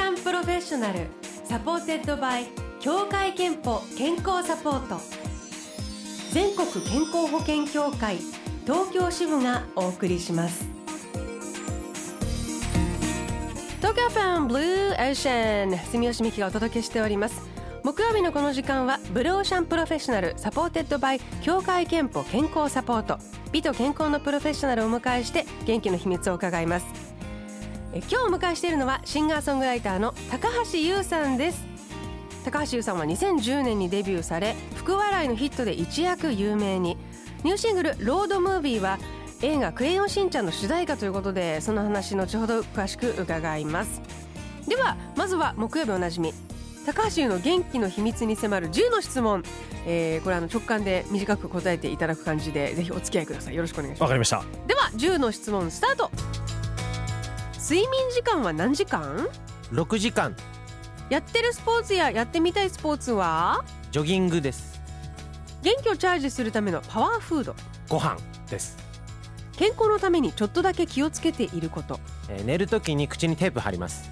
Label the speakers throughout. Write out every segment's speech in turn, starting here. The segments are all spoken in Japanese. Speaker 1: ッショナルサポーテッドバイ協会憲法健康サポート全国健康保険協会東京支部がお送りします東京ファンブルーエーシェン住吉美希がお届けしております木曜日のこの時間はブルーオーシャンプロフェッショナルサポーテッドバイ協会憲法健康サポート美と健康のプロフェッショナルをお迎えして元気の秘密を伺いますえ今日お迎えしているのはシンガーソングライターの高橋優さんです高橋優さんは2010年にデビューされ福笑いのヒットで一躍有名にニューシングル「ロードムービー」は映画「クレヨンしんちゃん」の主題歌ということでその話後ほど詳しく伺いますではまずは木曜日おなじみ高橋優の元気の秘密に迫る10の質問、えーこれあの直感で短く答えていただく感じでぜひお付き合いくださいよろしくお願いします
Speaker 2: わかりました
Speaker 1: では10の質問スタート睡眠時間は何時間
Speaker 2: 6時間
Speaker 1: やってるスポーツややってみたいスポーツは
Speaker 2: ジョギングです
Speaker 1: 元気をチャージするためのパワーフード
Speaker 2: ご飯です、
Speaker 1: 健康のためにちょっとだけ気をつけていること
Speaker 2: えー寝るときに口にテープ貼ります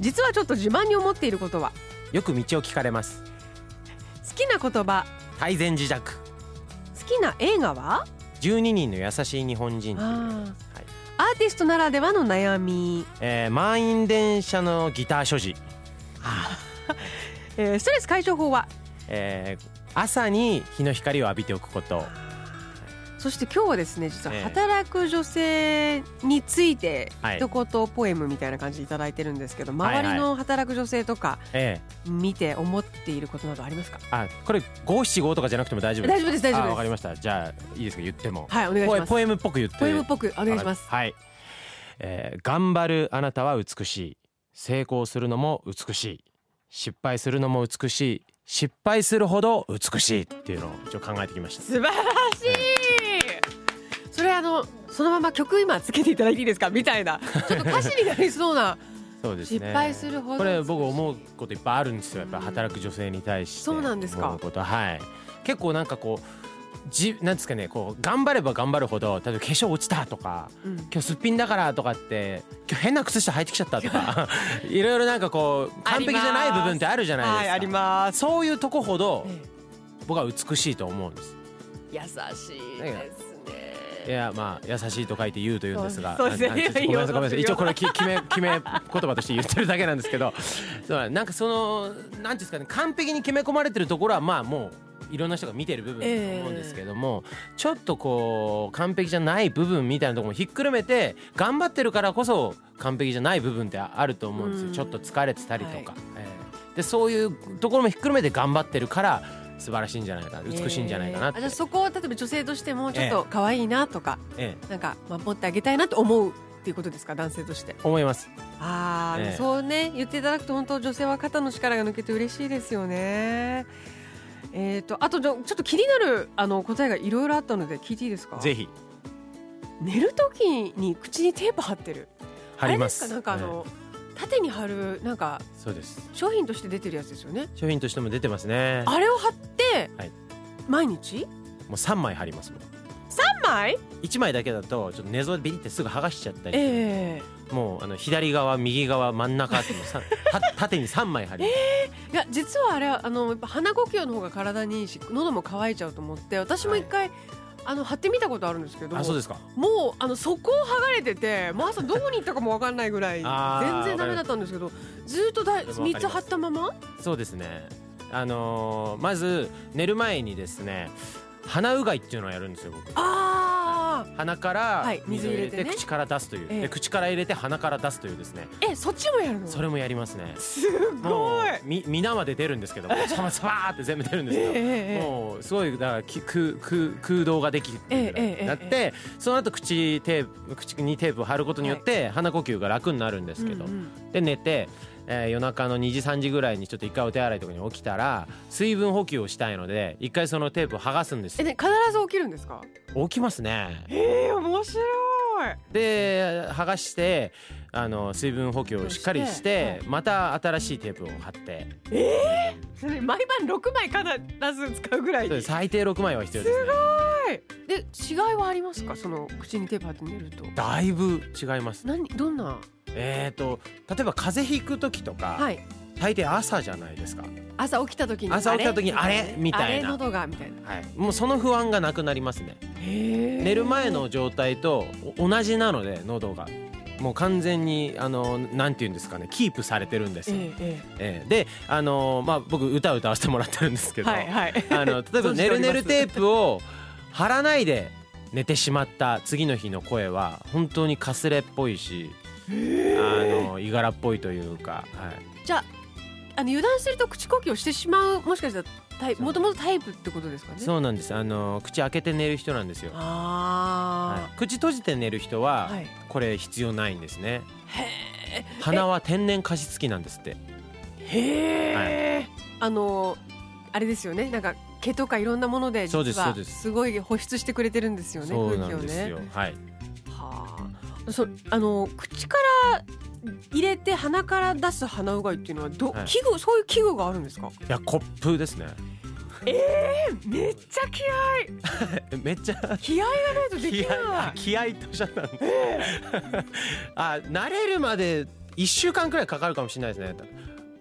Speaker 1: 実はちょっと自慢に思っていることは
Speaker 2: よく道を聞かれます
Speaker 1: 好きな言葉
Speaker 2: 泰然自弱
Speaker 1: 好きな映画は
Speaker 2: 12人の優しい日本人っていう、はい
Speaker 1: あアーティストならではの悩み、
Speaker 2: えー満員電車のギター所持、
Speaker 1: えーストレス解消法は
Speaker 2: えー朝に日の光を浴びておくこと
Speaker 1: そして今日はですね実は
Speaker 2: ええ
Speaker 1: 働く女性について
Speaker 2: はい
Speaker 1: 一言ポエムみたいな感じでいただいてるんですけど
Speaker 2: はいはい
Speaker 1: 周りの働く女性とか
Speaker 2: え
Speaker 1: 見て思っていることなどありますか
Speaker 2: ーあこれ五七五とかじゃなくても大丈夫です
Speaker 1: 大丈夫です大丈夫です
Speaker 2: あわかりましたじゃあいいですか言っても、
Speaker 1: はいお願いします
Speaker 2: ポエポエムっぽく言って
Speaker 1: ポエムっぽくお願いします
Speaker 2: はい、えー頑張るあなたは美しい成功するのも美しい失敗するのも美しい失敗するほど美しいっていうのを一応考えてきました
Speaker 1: 素晴らしいそれあのそのまま曲今つけていただいていいですかみたいなちょっと歌詞になりそう な
Speaker 2: そうですね
Speaker 1: 失敗するほど
Speaker 2: これ僕思うこといっぱいあるんですよやっぱ働く女性に対して
Speaker 1: そうなんですか
Speaker 2: 思うことはい結構なんかこうじなんですかねこう頑張れば頑張るほど例えば化粧落ちたとか
Speaker 1: うん
Speaker 2: 今日すっぴんだからとかって今日変な靴下履いてきちゃった とかいろいろなんかこう完璧じゃない部分ってあるじゃないですか
Speaker 1: はいあります
Speaker 2: そういうとこほど
Speaker 1: え
Speaker 2: 僕は美しいと思うんです
Speaker 1: 優しいです
Speaker 2: い
Speaker 1: ね
Speaker 2: やまあ優しいと書いて言うと言うんですが
Speaker 1: そうそうですね
Speaker 2: ああちょっとごめんなさいごめんなさい
Speaker 1: いい
Speaker 2: 一
Speaker 1: よ
Speaker 2: 応これき決め決め言葉として言ってるだけなんですけど そうなんかそのなんていうんですかね完璧に決め込まれてるところはまあもういろんな人が見てる部分だと思うんですけども、ちょっとこう完璧じゃない部分みたいなところもひっくるめて頑張ってるからこそ完璧じゃない部分ってあると思うんですよ、
Speaker 1: うん
Speaker 2: ちょっと疲れてたりとか、
Speaker 1: はい
Speaker 2: ええでそういうところもひっくるめて頑張ってるから素晴らしいんじゃないかな美しいんじゃないかなって、
Speaker 1: えーあじゃあそこを例えば女性としてもちょっと可愛いなとか、
Speaker 2: ええ
Speaker 1: なんか守ってあげたいなと思うっていうことですか男性として
Speaker 2: 思います。
Speaker 1: ああ、
Speaker 2: ええ
Speaker 1: そうね言っていただくと本当女性は肩の力が抜けて嬉しいですよねえっ、とあとじゃあちょっと気になるあの答えがいろいろあったので聞いていいですか
Speaker 2: ぜひ
Speaker 1: 寝る時に口にテープ貼ってる
Speaker 2: 貼ります。
Speaker 1: あれですかなんかあの、縦に貼るなんか
Speaker 2: ええそうです。
Speaker 1: 商品として出てるやつですよね
Speaker 2: 商品としても出てますね。
Speaker 1: あれを貼って、
Speaker 2: はい
Speaker 1: 毎日
Speaker 2: もう三枚貼りますもん。
Speaker 1: 3枚
Speaker 2: 一枚だけだとちょっと寝相でビリってすぐ剥がしちゃったりする、
Speaker 1: ええ
Speaker 2: もうあの左側右側真ん中っても うさた縦に三枚貼ります。
Speaker 1: いや実はあれあのやっぱ鼻呼吸の方が体にいいし喉も乾いちゃうと思って私も一回、あの貼ってみたことあるんですけど
Speaker 2: あそうですか。
Speaker 1: もうあの底を剥がれててもう朝どこに行ったかも分かんないぐらい
Speaker 2: あー
Speaker 1: 全然ダメだったんですけどずっとだい
Speaker 2: でもわ
Speaker 1: 3
Speaker 2: かりま
Speaker 1: つ
Speaker 2: す
Speaker 1: 貼ったまま
Speaker 2: そうですね。あのーまず寝る前にですね鼻うがいっていうのをやるんですよ僕。
Speaker 1: あ
Speaker 2: 鼻から
Speaker 1: はい
Speaker 2: 水を入れ
Speaker 1: 水
Speaker 2: て
Speaker 1: 入れてね
Speaker 2: 口から出すという、
Speaker 1: ええ
Speaker 2: で口から入れて鼻から出すというですね
Speaker 1: ーえそっちもやるの
Speaker 2: それもやりますね。
Speaker 1: す
Speaker 2: も
Speaker 1: ごいう
Speaker 2: み皆まで出るんですけど、さまさまって全部出るんですけど、
Speaker 1: ええ
Speaker 2: もうすごいだからき空空空洞ができるぐらいになって、
Speaker 1: ええ
Speaker 2: その後口テープ口にテープを貼ることによって鼻呼吸が楽になるんですけど、
Speaker 1: うんうん
Speaker 2: で寝て、えー夜中の2時3時ぐらいにちょっと一回お手洗いとかに起きたら水分補給をしたいので一回そのテープを剥がすんです
Speaker 1: え
Speaker 2: よ
Speaker 1: ね必ず起きるんですか
Speaker 2: 起きますね
Speaker 1: えー、面白い
Speaker 2: で剥がしてあの水分補給をしっかりして
Speaker 1: して
Speaker 2: また新しいテープを貼って
Speaker 1: それ毎晩6枚必ず使うぐらい
Speaker 2: そうです最低6枚は必要ですね
Speaker 1: はいで違いはありますかその口にテープ貼って寝ると
Speaker 2: だいぶ違います
Speaker 1: 何どんな
Speaker 2: えっ、と例えば風邪ひく時とか、
Speaker 1: はい
Speaker 2: 大抵朝じゃないですか。
Speaker 1: 朝起きた時に
Speaker 2: 朝起きた時に
Speaker 1: あれ
Speaker 2: あれみたいな
Speaker 1: あれ喉がみたいな
Speaker 2: はい。もうその不安がなくなりますね。
Speaker 1: 寝
Speaker 2: 寝る前の状態とお同じなので喉が。もう完全にあのなんていうんですかねキープされてるんですよ、え
Speaker 1: ええ
Speaker 2: えであの、まあ、僕歌歌わせてもらってるんです
Speaker 1: ええ
Speaker 2: けど、
Speaker 1: はい はい
Speaker 2: あの例えば「
Speaker 1: 存じ
Speaker 2: ね
Speaker 1: てお
Speaker 2: る
Speaker 1: ります
Speaker 2: ねるテープ」を貼らないで寝てしまった次の日の声は本当にかすれっぽいし、あのいがらっぽいというか、は い、
Speaker 1: じゃああの油断すると口呼吸をしてしまうもしかしたらタイ
Speaker 2: う
Speaker 1: もともとタイプってことですかね
Speaker 2: そうなんですあの口開けて寝る人なんですよ、は
Speaker 1: あ
Speaker 2: い、口閉じて寝る人は
Speaker 1: あ、はい、
Speaker 2: これ必要ないんですね
Speaker 1: へ
Speaker 2: 鼻は天然加湿器なんですって
Speaker 1: えへえ、あのあれですよねなんか毛とかいろんなもので実
Speaker 2: そうです
Speaker 1: は
Speaker 2: そうです
Speaker 1: すごい保湿してくれてるんですよね
Speaker 2: そうなん
Speaker 1: 空気
Speaker 2: で
Speaker 1: を
Speaker 2: す
Speaker 1: ね
Speaker 2: よ、はい
Speaker 1: はあ、そあの口から入れて鼻から出す鼻うがいっていうのはど、
Speaker 2: はい
Speaker 1: 器具そういう器具があるんですか？
Speaker 2: いやコップですね
Speaker 1: めっちゃ気合
Speaker 2: えめっちゃ
Speaker 1: 気合がないとでき
Speaker 2: 気合あ
Speaker 1: ない。
Speaker 2: 気合とおっしゃったんで、 あ慣れるまで1週間くらいかかるかもしれないですね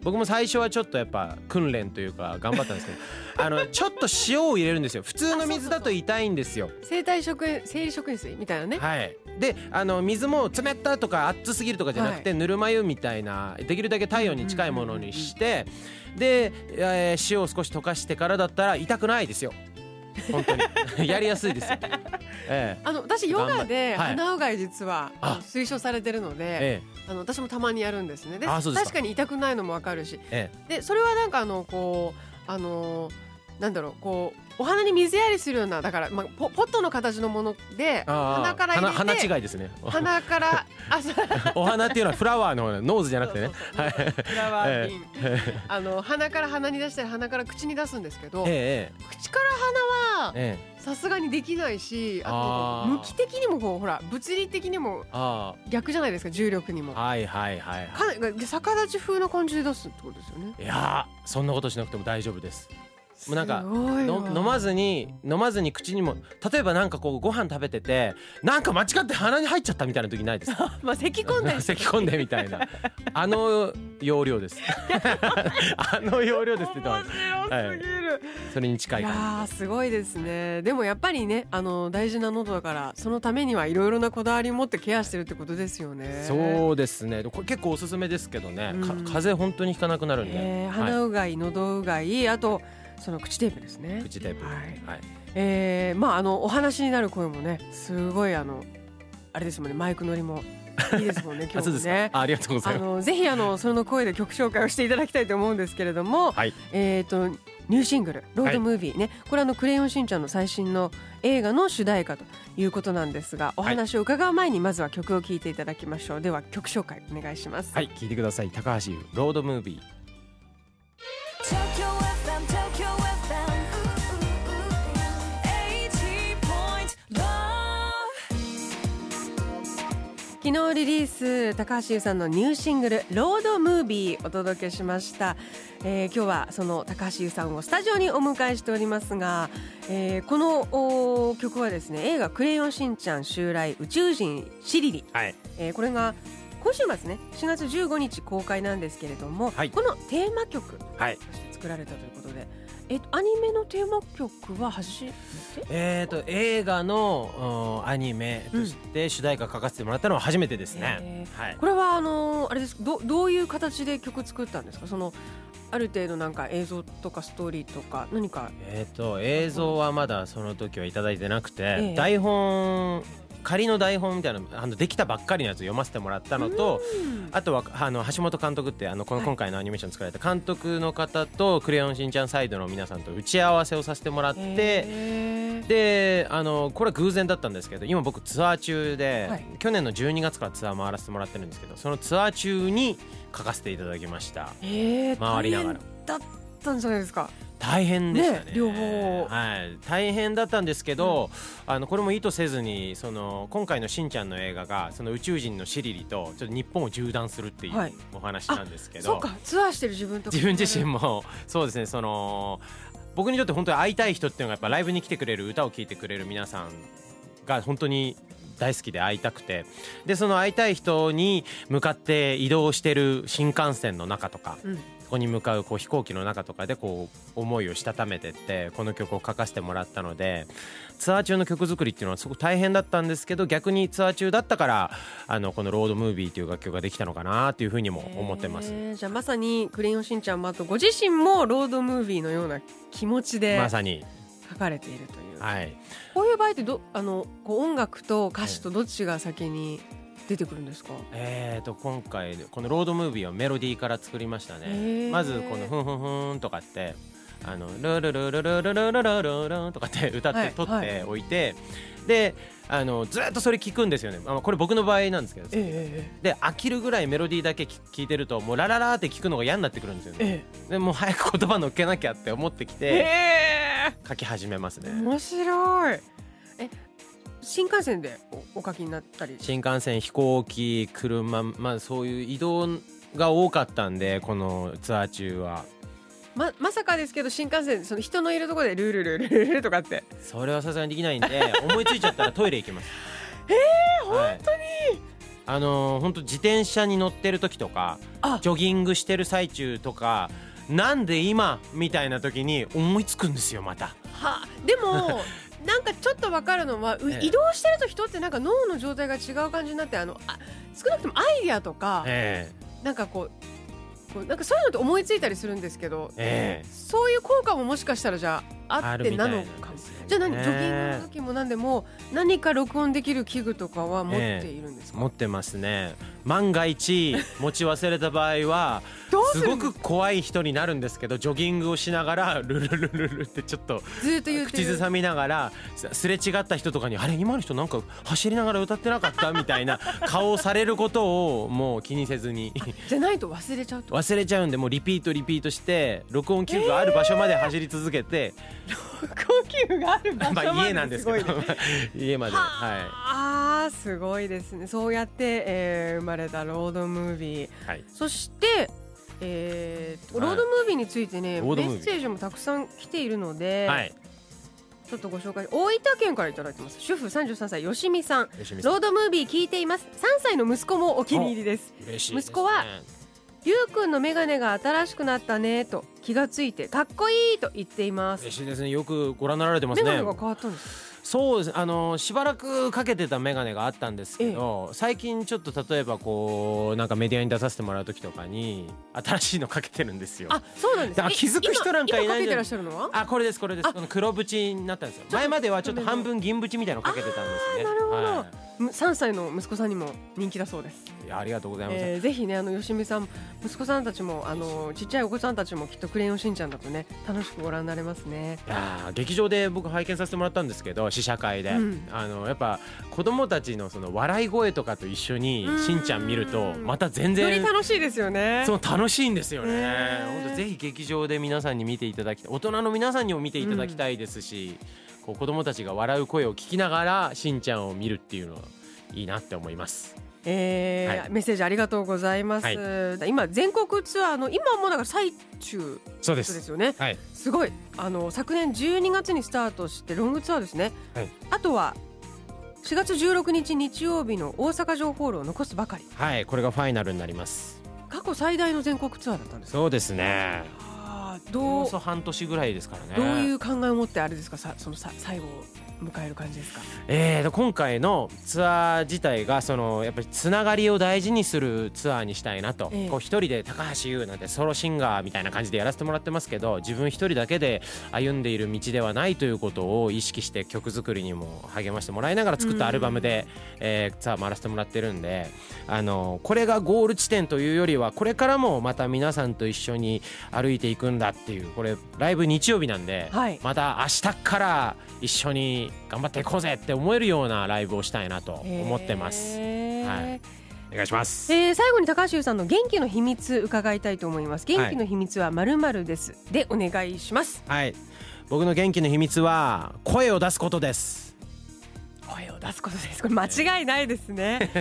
Speaker 2: 僕も最初はちょっとやっぱ訓練というか頑張ったんですけどあのちょっと塩を入れるんですよ普通の水だと痛いんですよ
Speaker 1: 生体食塩生理食塩水みたいなね。
Speaker 2: はいであの水も冷たとか熱すぎるとかじゃなくて、ぬるま湯みたいなできるだけ体温に近いものにして、で、えー塩を少し溶かしてからだったら痛くないですよ本当に やりやすいですよええ
Speaker 1: あの私ヨガで
Speaker 2: 頑張はい
Speaker 1: 鼻うがい実は、
Speaker 2: あ
Speaker 1: 推奨されてるので、
Speaker 2: え
Speaker 1: あの私もたまにやるんですね。で
Speaker 2: あそうですか
Speaker 1: 確かに痛くないのもわかるし、
Speaker 2: えええ
Speaker 1: でそれはなんかあのこうあのなんだろうこうお花に水やりするようなだからまあポポットの形のもので
Speaker 2: あー
Speaker 1: 鼻から入れて
Speaker 2: 花花違いで すね
Speaker 1: 鼻からあそう
Speaker 2: お花っていうのはフラワーの方ねノーズじゃなくてね
Speaker 1: そうそうそうフラワーピン、あの鼻から鼻に出したり鼻から口に出すんですけど、
Speaker 2: ええ
Speaker 1: 口から鼻は
Speaker 2: ええ
Speaker 1: さすがにできないしあ
Speaker 2: あー
Speaker 1: と向き的にもこうほら物理的にも
Speaker 2: あ
Speaker 1: 逆じゃないですか重力にも
Speaker 2: あはいはいはいは
Speaker 1: かなり逆立ち風な感じで出すってことですよね
Speaker 2: いいやーそんなことしなくても大丈夫ですもうなんか
Speaker 1: すごいわ
Speaker 2: の飲まずに飲まずに口にも例えばなんかこうご飯食べててなんか間違って鼻に入っちゃったみたいな時ないですか
Speaker 1: まあ咳込んだり
Speaker 2: 咳込んでみたいなあの要領です あの要領ですって言った
Speaker 1: 面
Speaker 2: の
Speaker 1: 白すぎる、
Speaker 2: それに近
Speaker 1: い、
Speaker 2: い
Speaker 1: や
Speaker 2: 感
Speaker 1: ーすごいですねでもやっぱりねあの大事な喉だからそのためにはいろいろなこだわりを持ってケアしてるってことですよね
Speaker 2: じそうですねこれ結構おすすめですけどね、か
Speaker 1: うん
Speaker 2: 風邪本当にひかなくなるんで、
Speaker 1: えー
Speaker 2: は
Speaker 1: 鼻うがい、喉うがいあとその口テープですね
Speaker 2: い、口タイプ、
Speaker 1: は
Speaker 2: はいい
Speaker 1: えーまああのお話になる声もねすごいあのあれですもんねマイク乗りもいいですもんね今 日
Speaker 2: あそう
Speaker 1: も
Speaker 2: ですか
Speaker 1: ね。
Speaker 2: あありがとうござ
Speaker 1: あ
Speaker 2: います
Speaker 1: のぜひあのその声で曲紹介をしていただきたいと思うんですけれども、
Speaker 2: はい
Speaker 1: えっ、とニューシングル「ロードムービーね」これあの「クレヨンしんちゃん」の最新の映画の主題歌ということなんですがお話を伺う前にまずは曲を聴いていただきましょうでは曲紹介お願いします。
Speaker 2: はい聞いてください高橋優ロードムービー
Speaker 3: Tokyo FM, Tokyo FM. Eighty point love.
Speaker 1: 昨日リリース高橋優さんのニューシングル「ロードムービー」お届けしました、えー今日はその高橋優さんをスタジオにお迎えしておりますが、えーこのおー曲はですね映画「クレヨンしんちゃん襲来宇宙人シリリ
Speaker 2: はい」
Speaker 1: えーこれが今週末ね4月15日公開なんですけれども、
Speaker 2: はい
Speaker 1: このテーマ曲と
Speaker 2: はい
Speaker 1: して作られたということで、えっとアニメのテーマ曲は初めて
Speaker 2: えー、と映画のうんアニメとして主題歌書かせてもらったのは初めてですね。
Speaker 1: えー
Speaker 2: はい、
Speaker 1: これはあのーあれですどどういう形で曲作ったんですかそのある程度なんか映像とかストーリーとか何か
Speaker 2: えー、と映像はまだその時はいただいてなくて、
Speaker 1: ええ
Speaker 2: 台本仮の台本みたいなあのできたばっかりのやつを読ませてもらったのとあとはあの橋本監督ってあのこの
Speaker 1: はい
Speaker 2: 今回のアニメーション作られた監督の方と「クレヨンしんちゃん」サイドの皆さんと打ち合わせをさせてもらって。
Speaker 1: えー
Speaker 2: であのこれは偶然だったんですけど今僕ツアー中で、
Speaker 1: はい
Speaker 2: 去年の12月からツアー回らせてもらってるんですけどそのツアー中に書かせていただきました
Speaker 1: えー、
Speaker 2: 回りながら
Speaker 1: 大変だったんじゃないですか
Speaker 2: 大変でしたね
Speaker 1: ね両方
Speaker 2: はい、大変だったんですけど、あのこれも意図せずにその今回のしんちゃんの映画がその宇宙人のシリリとちょっと日本を縦断するってい
Speaker 1: は
Speaker 2: う
Speaker 1: い
Speaker 2: お話なんですけど、
Speaker 1: そうかツアーしてる自分と か
Speaker 2: 自分自身もそうですねその僕にとって本当に会いたい人っていうのがやっぱライブに来てくれる歌を聴いてくれる皆さんが本当に大好きで会いたくてでその会いたい人に向かって移動してる新幹線の中とか、
Speaker 1: うん
Speaker 2: そこに向かうこう飛行機の中とかでこう思いをしたためてってこの曲を書かせてもらったのでツアー中の曲作りっていうのはすごく大変だったんですけど逆にツアー中だったからあのこの「ロードムービー」という楽曲ができたのかなというふうにも思ってます。
Speaker 1: えーじゃあまさに「クレヨンしんちゃん」もあとご自身もロードムービーのような気持ちで
Speaker 2: まさに、
Speaker 1: 書かれているという、
Speaker 2: はい、
Speaker 1: こういう場合ってどあのこう音楽と歌詞とどっちが先に出てくるんですか、
Speaker 2: えー、と今回この「ロードムービー」はメロディーから作りました
Speaker 1: へ
Speaker 2: ね
Speaker 1: ー
Speaker 2: まずこの「ふんふんふん」とかって「あのルルルルルルルルルルルン」とかって歌っ
Speaker 1: は
Speaker 2: て
Speaker 1: い
Speaker 2: 取っ
Speaker 1: は
Speaker 2: て
Speaker 1: い
Speaker 2: おいてであのずっとそれ聞くんですよねあのこれ僕の場合なんですけど
Speaker 1: え
Speaker 2: で飽きるぐらいメロディーだけ聞聞いてるともうラララーって聞くのが嫌になってくるんですよ
Speaker 1: え
Speaker 2: ね
Speaker 1: え
Speaker 2: でもう早く言葉乗っけなきゃって思ってき
Speaker 1: え
Speaker 2: て
Speaker 1: え
Speaker 2: 書き始めます
Speaker 1: え
Speaker 2: ね
Speaker 1: 面白いえ新幹線でおお書きになったり
Speaker 2: 新幹線飛行機車まあそういう移動が多かったんでこのツアー中は
Speaker 1: ままさかですけど新幹線その人のいるところでルールルルルルルとかって
Speaker 2: それはさすがにできない んで思いついちゃったらトイレ行きますえー、本当に、あのー本当自転車に乗ってる時とか
Speaker 1: あ
Speaker 2: ジョギングしてる最中とかなんで今みたいな時に思いつくんですよまた
Speaker 1: はで もなんかちょっと分かるのは、う
Speaker 2: ええ
Speaker 1: 移動してると人ってなんか脳の状態が違う感じになってあのあ少なくともアイディアとか、
Speaker 2: え
Speaker 1: なんかこうこうなんかそういうのって思いついたりするんですけど、
Speaker 2: ええ
Speaker 1: そういう効果ももしかしたらじゃああってなのかも。じゃあ何、ジョギングの時も何でも何か録音できる器具とかは持っているんですか、
Speaker 2: 持ってますね万が一持ち忘れた場合は
Speaker 1: どうす
Speaker 2: す
Speaker 1: る
Speaker 2: ご
Speaker 1: んです
Speaker 2: く怖い人になるんですけどジョギングをしながらルルルルルってちょっと
Speaker 1: ずーっと言って
Speaker 2: 口ず
Speaker 1: る
Speaker 2: さみながらすすれ違った人とかに「あれ今の人なんか走りながら歌ってなかった?」みた いな顔をされることをもう気にせずに
Speaker 1: じゃないと忘れちゃ うと
Speaker 2: 忘れちゃうんでもうリピートリピートして録音器具がある場所まで走り続けて、
Speaker 1: 録音器具がある場所
Speaker 2: ま
Speaker 1: まで
Speaker 2: あ家なんですけ
Speaker 1: ごいね
Speaker 2: ど家までは
Speaker 1: あーすごいですねそうやって、えー生まれたロードムービー
Speaker 2: い、はい、
Speaker 1: そして、えーと
Speaker 2: はい
Speaker 1: ロードムービーについてね
Speaker 2: ロ
Speaker 1: メ
Speaker 2: ードムービー
Speaker 1: ッセージもたくさん来ているので、
Speaker 2: はい、
Speaker 1: ちょっとご紹介大分県からいただいてます主婦33歳よしみさん
Speaker 2: 吉見さん
Speaker 1: ロードムービー聞いています3歳の息子もお気に入りです
Speaker 2: 嬉しいです
Speaker 1: 息
Speaker 2: ね
Speaker 1: 子はゆうくんの眼鏡が新しくなったねと気がついてかっこいいと言っています
Speaker 2: 嬉しいですねよくご覧になられてま
Speaker 1: 眼
Speaker 2: すね
Speaker 1: 鏡が変わったんです
Speaker 2: そうですあのしばらくかけてた眼鏡があったんですけど、最近ちょっと例えばこうなんかメディアに出させてもらう時とかに新しいのかけてるんですよ
Speaker 1: あそうなんです
Speaker 2: だから
Speaker 1: え
Speaker 2: 気づく人なんかいない
Speaker 1: 今今かけ
Speaker 2: んじ
Speaker 1: て
Speaker 2: ゃな
Speaker 1: ら
Speaker 2: い
Speaker 1: っしゃるのは
Speaker 2: あこれですこれです
Speaker 1: あ
Speaker 2: この黒縁になったんですよ
Speaker 1: ちょっと
Speaker 2: 前まではちょっと半分銀縁みたいなのかけてたんです
Speaker 1: あー
Speaker 2: ね
Speaker 1: なるほど
Speaker 2: は
Speaker 1: む3歳の息子さんにも人気だそうです、
Speaker 2: い、いやありがとうございます、
Speaker 1: えー、ぜひねあのよしみさん息子さんたちもあのちっちゃいお子さんたちもきっと「クレヨンしんちゃん」だとね楽しくご覧になれますね
Speaker 2: いやー劇場で僕拝見させてもらったんですけど試写会で、
Speaker 1: うん
Speaker 2: あのやっぱ子供たちのその笑い声とかと一緒に
Speaker 1: うん
Speaker 2: しんちゃん見るとまた全
Speaker 1: より
Speaker 2: 然
Speaker 1: 楽しいですよね
Speaker 2: そう楽しいんですよね、
Speaker 1: ね
Speaker 2: 本当ぜひ劇場で皆さんに見ていただきたい大人の皆さんにも見ていただきたいですし、こう子供たちが笑う声を聞きながらしんちゃんを見るっていうのはいいなって思います
Speaker 1: えー
Speaker 2: はい
Speaker 1: メッセージありがとうございます、今全国ツアーの今もだから最中
Speaker 2: そうで
Speaker 1: ですよね
Speaker 2: はい
Speaker 1: すごいあの昨年12月にスタートしてロングツアーですね、
Speaker 2: はい
Speaker 1: あとは4月16日日曜日の大阪城ホールを残すばかり
Speaker 2: はいこれがファイナルになります
Speaker 1: 過去最大の全国ツアーだったんです
Speaker 2: そうですね
Speaker 1: あー
Speaker 2: お
Speaker 1: ど
Speaker 2: よ
Speaker 1: う
Speaker 2: そ半年ぐらいですからね
Speaker 1: どういう考えを持ってあれですかさそのさ最後を迎える感じですか
Speaker 2: えーと今回のツアー自体がそのやっぱりつながりを大事にするツアーにしたいなと、
Speaker 1: ええ
Speaker 2: こう一人で高橋優なんてソロシンガーみたいな感じでやらせてもらってますけど自分一人だけで歩んでいる道ではないということを意識して曲作りにも励ましてもらいながら作ったアルバムで、えーツアー回らせてもらってるんであのこれがゴール地点というよりはこれからもまた皆さんと一緒に歩いていくんだっていうこれライブ日曜日なんで、
Speaker 1: はい
Speaker 2: また明日から一緒に頑張っていこうぜって思えるようなライブをしたいなと思ってます。
Speaker 1: えー
Speaker 2: はいお願いします。
Speaker 1: えー最後に高橋優さんの元気の秘密伺いたいと思います元気の秘密はまるまるです、でお願いします
Speaker 2: はい。僕の元気の秘密は声を出すことです。
Speaker 1: 声を出すことですこれ間違いないです ね、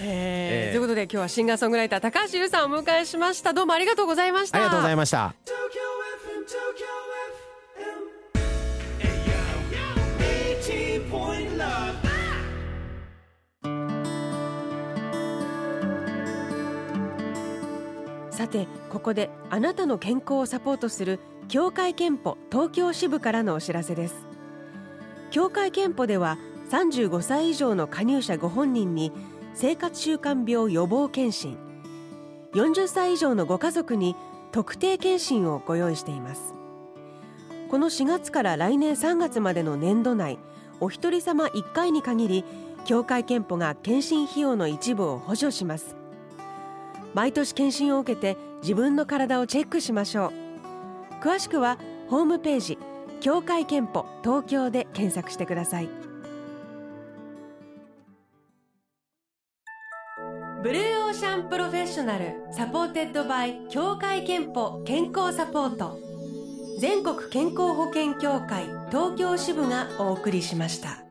Speaker 1: えー
Speaker 2: えー
Speaker 1: ということで今日はシンガーソングライター高橋優さんをお迎えしましたどうもありがとうございまし
Speaker 2: あ
Speaker 1: た
Speaker 2: りがとうございました。
Speaker 3: Tokyo FM, Tokyo FM. Hey, yo. 80.0
Speaker 1: さてここであなたの健康をサポートする協会憲法東京支部からのお知らせです協会憲法では35歳以上の加入者ご本人に生活習慣病予防検診40歳以上のご家族に特定検診をご用意していますこの4月から来年3月までの年度内お一人様1回に限り協会憲法が検診費用の一部を補助します毎年検診を受けて自分の体をチェックしましょう詳しくはホームページ協会憲法東京で検索してください
Speaker 4: ブルーオーシャンプロフェッショナルサポーテッドバイ協会憲法健康サポート全国健康保険協会東京支部がお送りしました。